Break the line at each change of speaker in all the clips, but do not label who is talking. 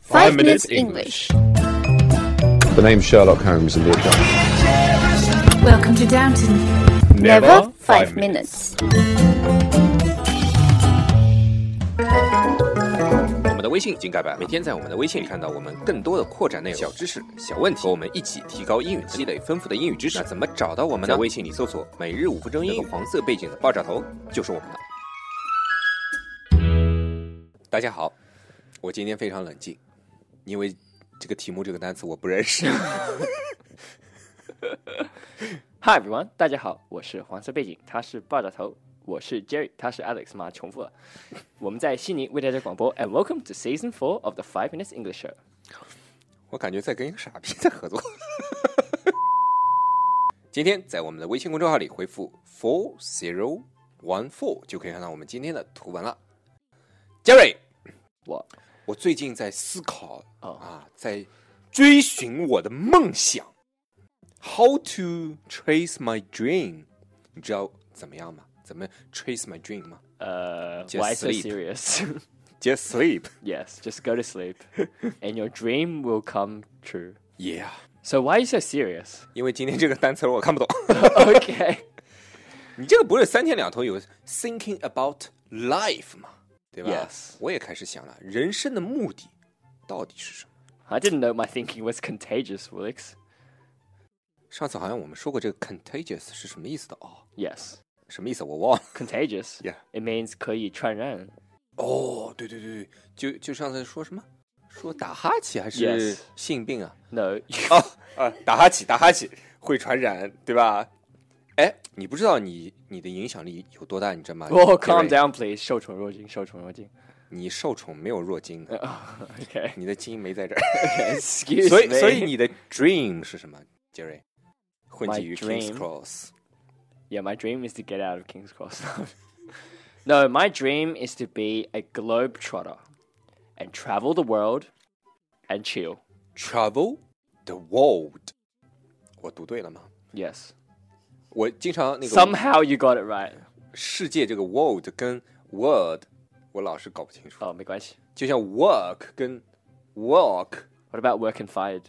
Five minutes English.
The name's Sherlock Holmes in the account.
Welcome to Downton.
Never five minutes.
我们的微信已经改版，每天在我们的微信里看到我们更多的扩展内容、小知识、小问题，和我们一起提高英语，积累丰富的英语知识。那怎么找到我们呢？在微信里搜索“每日五分钟英语”，黄色背景的爆炸头就是我们的。大家好，我今天非常冷静，因为这个题目这个单词我不认识。
Hi everyone，大家好，我是黄色背景，他是爆炸头，我是 Jerry，他是 Alex 嘛，重 复了。我们在悉尼为大家广播，and welcome to season four of the Five Minutes English Show。
我感觉在跟一个傻逼在合作。今天在我们的微信公众号里回复 four zero one four 就可以看到我们今天的图文了。Jerry，
我
我最近在思考
哦
啊，在追寻我的梦想，How to trace my dream？你知道怎么样吗？怎么 trace my dream 吗
呃
Just
Uh, ，Why so
sleep.
serious?
？Just sleep.
yes, just go to sleep, and your dream will come true.
Yeah，
So why are you so serious?
因为今天这个单词儿我看不懂。
okay.
你这个不是三天两头有 thinking about life 吗？对吧
Yes
我也开始想了，人生的目的到底是什么？
I didn't know my thinking was contagious, Wilix.
上次好像我们说过这个 contagious 是什么意思的哦？
Yes,
什么意思？我忘了。
contagious.
Yeah.
It means 可以传染。
哦，对对对对，就就上次说什么？说打哈欠还是
Yes
性病啊？
No.
哦，啊，打哈欠，打哈欠会传染，对吧？哎，你不知道你你的影响力有多大，你知道吗
Oh,
Gary，
calm down, please. 受宠若惊，受宠若惊。
你受宠没有弱精的，
Okay.
你的精没在这儿。
Excuse
所以，
me.
所以你的 dream 是什么，杰瑞？混迹
My
于 Kings
dream？
Cross。
Yeah, my dream is to get out of King's Cross. no, my dream is to be a globetrotter and travel the world and chill.
Travel the world，我读对了吗？
Yes.
我经常那个
Somehow you got it right.
世界这个 world 跟 word，我老是搞不清楚。
Oh, 没关系.
就像 work 跟 walk，
What about work and fired?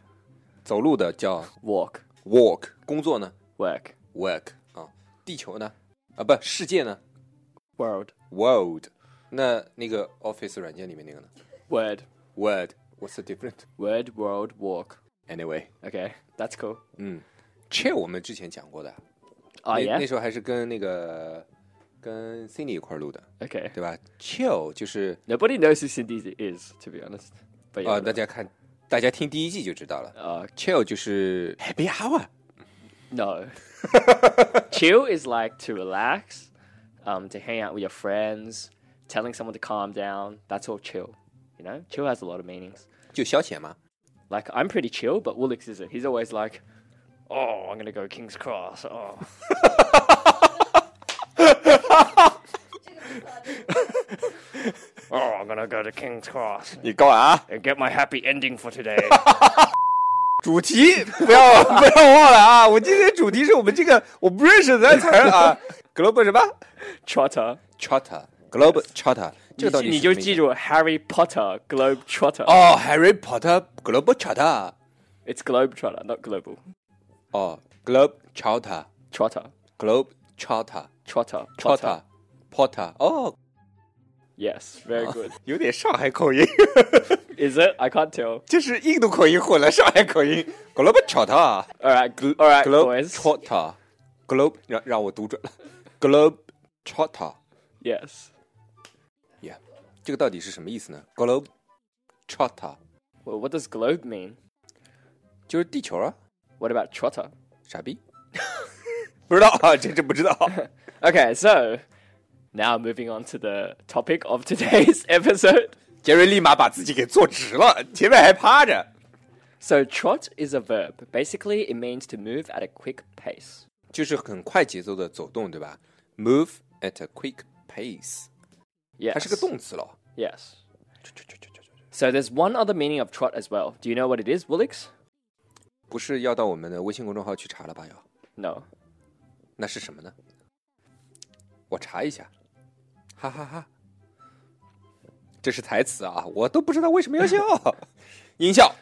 走路的叫
Walk.
walk，工作呢
Work.
work 啊，地球呢啊不，世界呢
World.
world。那那个 Office 软件里面那个呢
Word.
word，what's the different？Anyway，
Word, world, walk. Okay, that's cool.
嗯，chill 我们之前讲过的。
Oh,
那
yeah?
那时候还是跟那个跟 Cindy 一块儿录的，
Okay.
对吧？Chill 就是
Nobody knows who Cindy is, to be honest. But
啊、
yeah.
呃大家看，大家听第一季就知道了。呃
uh,
Chill 就是哎 Happy Hour，
No. Chill is like to relax, um, to hang out with your friends, telling someone to calm down. That's all chill. You know, chill has a lot of meanings.
就消遣嘛。
Like I'm pretty chill, but Woolix isn't. He's always like, "Oh, I'm gonna go King's Cross." Oh,
你干嘛？啊
and get my happy ending for today.
主题不要不要忘了啊！我今天主题是我们这个我不认识的单词儿啊，Globe 什么
Trotter，
Charter，Globe Charter，这个到底
你
是什
就
么意思
记住 Harry Potter Globe Trotter。
哦，Harry Potter Globe Charter，
It's Globe Trotter, not Global
哦，Globe Charter，Globe
Trotter.
Charter。
Trotter.
Potter Potter 哦，
Yes, very good.
有点上海口音，
Is it? I can't tell.
就是印度口音混了上海口音。Globe Trotter
All right, gl- all right,
Globe
boys.
Trotter Globe 让让我读准了，Globe Trotter
yes.
yeah，这个到底是什么意思呢？Globe Trotter
Well, what does globe mean?
就是地球啊，
What about trotter?
傻逼， 不知道啊，这真不知 道。
Okay, so now moving on to the topic of today's episode.
杰瑞立马把自己给坐直了，前面还趴着。
So, trot is a verb. Basically, it means to move at a quick pace.
就是很快节奏的走动，对吧？Move at a quick pace，
Yes.
它是个动词了。
Yes. So, there's one other meaning of trot as well. Do you know what it is, Woolix?
不是要到我们的微信公众号去查了吧？要，
No.
那是什么呢？我查一下，哈哈哈这是台词啊，我都不知道为什么要笑。音效，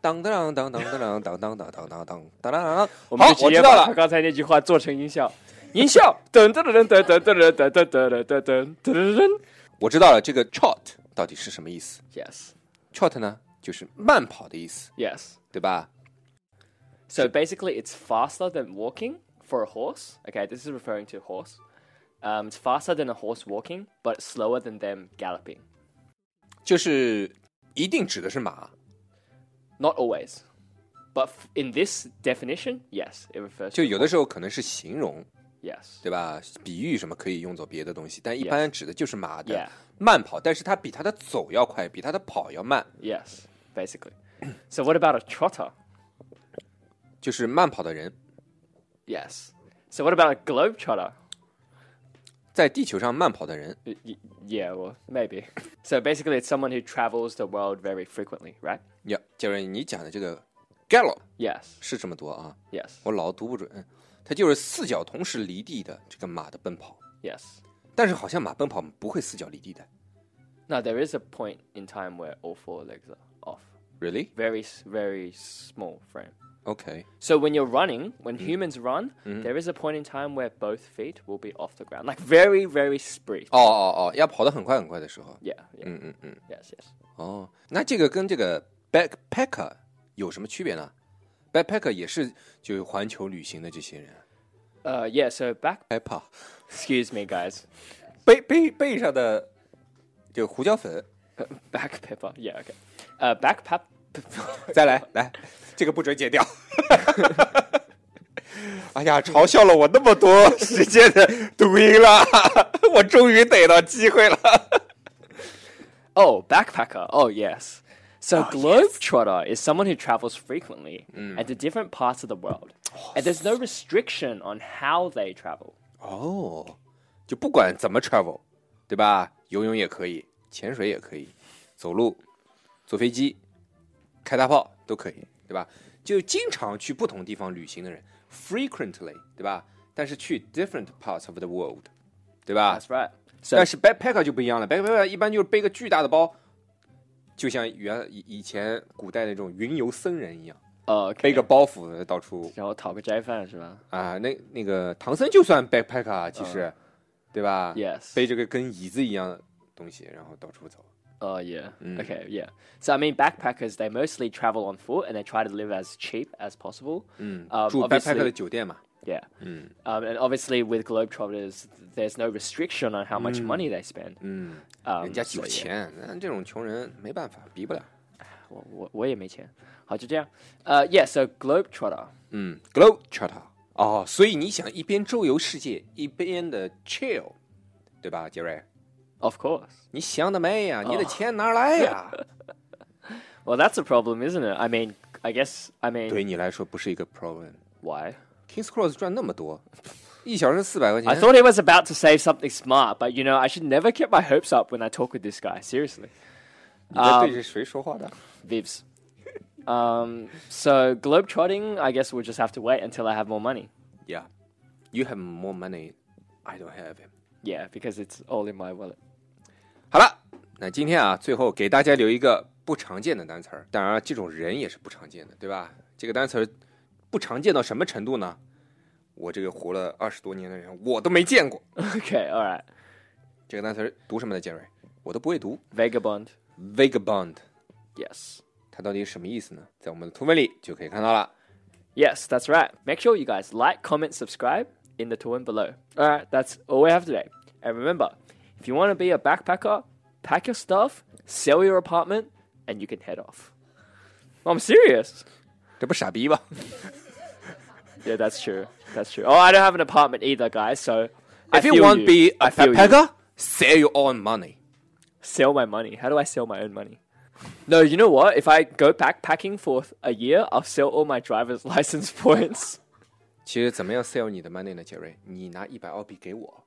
当当当当当当当当当当当当当当。
我们
好
就直
我
接
知道
把他
了，
刚才那句话做成音效，音效，噔噔噔噔噔噔噔噔噔噔噔噔噔噔
我知道了，这个 trot 到底是什么意思
，yes
？trot 呢，就是慢跑的意思，
yes。
对吧？
So basically, it's faster than walking for a horse. Okay, this is referring to horse. Um, it's faster than a horse walking, but slower than them galloping.
就是一定指的是马，
Not always, but f- in this definition, yes, it refers
就
to
有的时候可能是形容，
yes.
对吧？比喻什么可以用作别的东西，但一般指的就是马
Yeah.
的慢跑，但是它比它的走要快，比它的跑要慢，
Yes, basically. So what about a trotter?
就是慢跑的人
Yes. So what about a globetrotter?
在地球上慢跑的人，
Y- y- Yeah, well, maybe. So basically, it's someone who travels the world very frequently, right?
呀，就是你讲的这个 gallop
Yes.
是这么多啊，
Yes.
我老读不准，它就是四脚同时离地的这个马的奔跑，
Yes.
但是好像马奔跑不会四脚离地的
Now there is a point in time where all four legs are off.
，really
very s- very small frame.
OK，
So when you're running, when humans run, there is a point in time where both feet will be off the ground, like very very spree.
哦哦哦，要跑得很快很快的时候，
Yeah, yeah,
嗯嗯嗯。
yes, yes.
哦，那这个跟这个 backpacker 有什么区别呢？backpacker 也是就是环球旅行的这些人，
Uh, yeah. So back,
害怕
excuse me,
哎
guys.
背背背上的这个胡椒粉，
Back pepper. Yeah, okay. Uh, back pap.
再来来，这个不准剪掉。 哎呀，嘲笑了我那么多时间的读音了， 我终于逮到机会了。
Oh, backpacker. Oh, yes. So globetrotter is someone who travels frequently and to different parts of the world, and there's no restriction on how they travel.
哦，就不管怎么 travel，对吧？游泳也可以，潜水也可以，走路、坐飞机、开大炮都可以，对吧？就经常去不同地方旅行的人，frequently，对吧？但是去 different parts of the world，对吧
That's right.
但是 backpacker 就不一样了，backpacker 一般就是背个巨大的包，就像原以以前古代那种云游僧人一样，
Oh, okay.
背个包袱到处
然后讨个斋饭是吧？
啊，那那个唐僧就算 backpacker 啊，其实，对吧
嗯 Yes.
背着个跟椅子一样的东西，然后到处走。
Oh yeah. Okay, yeah. So I mean, backpackers they mostly travel on foot and they try to live as cheap as possible. Um,
住 backpacker 的
obviously, 嗯
酒店嘛，
yeah. Um, and obviously, with globetrotters, there's no restriction on how much money they spend.
嗯，
Um,
人家
so
有
yeah.
钱，那这种穷人没办法，比不了。
我-我-我也没钱。好，就这样。Uh, yeah. So globetrotter.
嗯，globe trotter 哦，所以你想一边周游世界，一边的 chill，对吧，杰瑞？
Of course.
你想得美呀，
啊
你的钱哪儿来 呀？
Well, that's a problem, isn't it? I mean, I guess. I mean,
对你来说不是一个 problem。
why?
Kings Cross 赚那么多，一小时四百块
I
钱，
thought he was about to say something smart, but you know, I should never get my hopes up when I talk with this guy. Seriously.
你
啊
在对着谁说话的？
Vivs. Um, so globetrotting, I guess we'll just have to wait until I have more money.
Yeah, you have more money. I don't have it.
Yeah, because it's all in my wallet.
好了，那今天啊，最后给大家留一个不常见的单词儿。当然，啊这种人也是不常见的，对吧？这个单词儿不常见到什么程度呢？我这个活了二十多年的人，我都没见过
Okay, all right.
这个单词儿读什么呢？杰瑞，我都不会读。
Vagabond.
Vagabond，
Yes.
它到底是什么意思呢？在我们的图文里就可以看到了。
Yes, that's right. Make sure you guys like, comment, subscribe in the tool and below. All right, that's all we have today. And remember, if you want to be a backpacker, pack your stuff, sell your apartment, and you can head off. I'm serious.
这不傻逼吧？
Yeah, that's true. That's true. Oh, I don't have an apartment either, guys. So I
If you
feel
want to be
I
a
feel you.
backpacker, sell your own money.
sell my money. How do I sell my own money? No, you know what? If I go backpacking for a year, I'll sell all my driver's license points.
其实怎么样 sell 你的 money 呢，杰瑞？你拿一百澳币给我，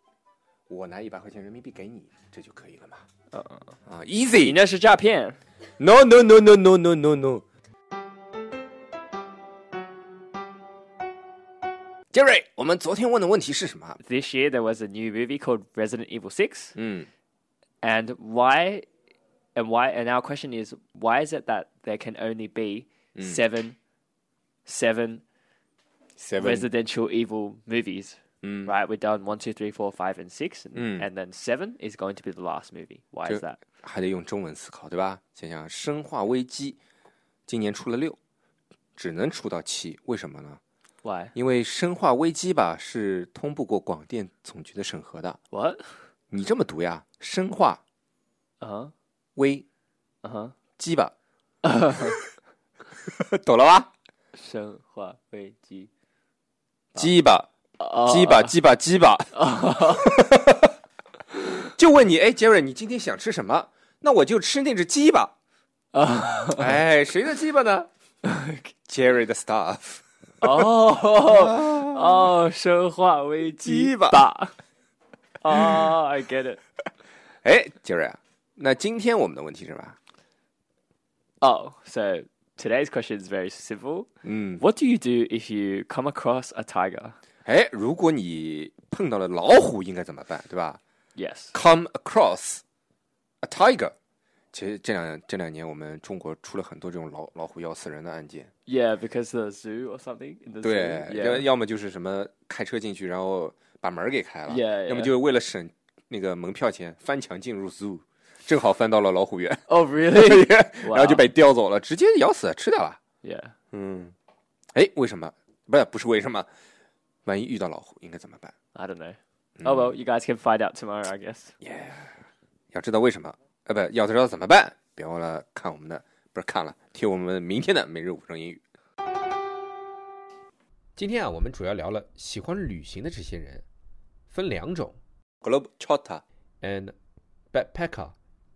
我拿一百块钱人民币给你，这就可以了嘛？啊，easy。
你那是诈骗。
No no no no no no no no。杰瑞，我们昨天问的问题是什么？
Hmm. This year there was a new movie called Resident Evil 6,
嗯，
and why And why? And our question is, why is it that there can only be seven, seven
Seven.
residential evil movies? Right, we're done one, two, three, four, five, and six, and, and then seven is going to be the last movie. Why
就
is that?
还得用中文思考，对吧？想想《生化危机》，今年出了六，只能出到七，为什么呢？
Why?
因为《生化危机》吧是通不过广电总局的审核的。
What?
你这么读呀，《生化
Uh huh.
危
Uh huh.
机》吧， 懂了吧？
生化危机
鸡吧，
啊
鸡吧，鸡吧，鸡吧。就问你，哎，杰瑞，你今天想吃什么？那我就吃那只鸡吧。啊，哎，谁的鸡巴呢？Jerry 的 stuff。
哦哦，生化危
鸡
机
吧
吧。 哦、i get it。
哎，杰瑞啊，那今天我们的问题是吧？
Oh, so today's question is very simple.
嗯，
What do you do if you come across a tiger?
哎，如果你碰到了老虎，应该怎么办，对吧？
Yes.
come across a tiger。其实这两这两年，我们中国出了很多这种老老虎咬死人的案件。
Yeah, because the zoo or something in the
对，
zoo.
要
Yeah.
要么就是什么开车进去，然后把门儿给开了
Yeah,
要么
yeah.
就是为了省那个门票钱，翻墙进入 zoo，正好翻到了老虎园，
Oh, really?
然后就被叼走了，直接咬死吃掉了。
Yeah.
嗯，哎，为什么？不是不是为什么？万一遇到老虎应该怎么办？
I don't know. Oh well, you guys can find out tomorrow, I guess.
要知道为什么，呃，不要知道怎么办，别忘了看我们的，不是看了，听我们明天的每日五分钟英语。今天啊，我们主要聊了喜欢旅行的这些人，分两种，globetrotter and backpacker，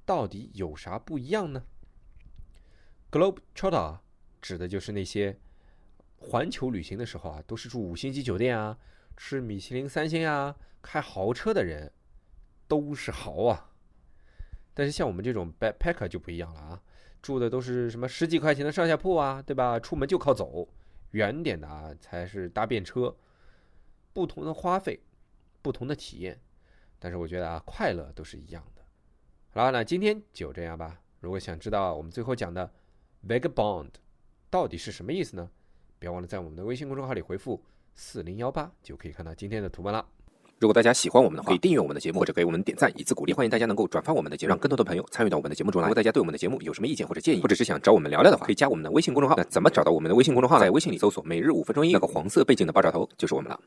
到底有啥不一样呢？globetrotter 指的就是那些环球旅行的时候啊，都是住五星级酒店啊，吃米其林三星啊，开豪车的人，都是豪啊。但是像我们这种 backpacker 就不一样了啊，住的都是什么十几块钱的上下铺啊，对吧？出门就靠走，远点的啊才是搭便车，不同的花费，不同的体验。但是我觉得啊，快乐都是一样的。好了，那今天就这样吧。如果想知道我们最后讲的 vagabond 到底是什么意思呢？别忘了在我们的微信公众号里回复四零幺八，就可以看到今天的图文了。如果大家喜欢我们的话，可以订阅我们的节目，或者给我们点赞以资鼓励。欢迎大家能够转发我们的节目，让更多的朋友参与到我们的节目中来。如果大家对我们的节目有什么意见或者建议，或者是想找我们聊聊的话，可以加我们的微信公众号。那怎么找到我们的微信公众号呢？在微信里搜索“每日五分钟英语”，那个黄色背景的爆炸头就是我们了。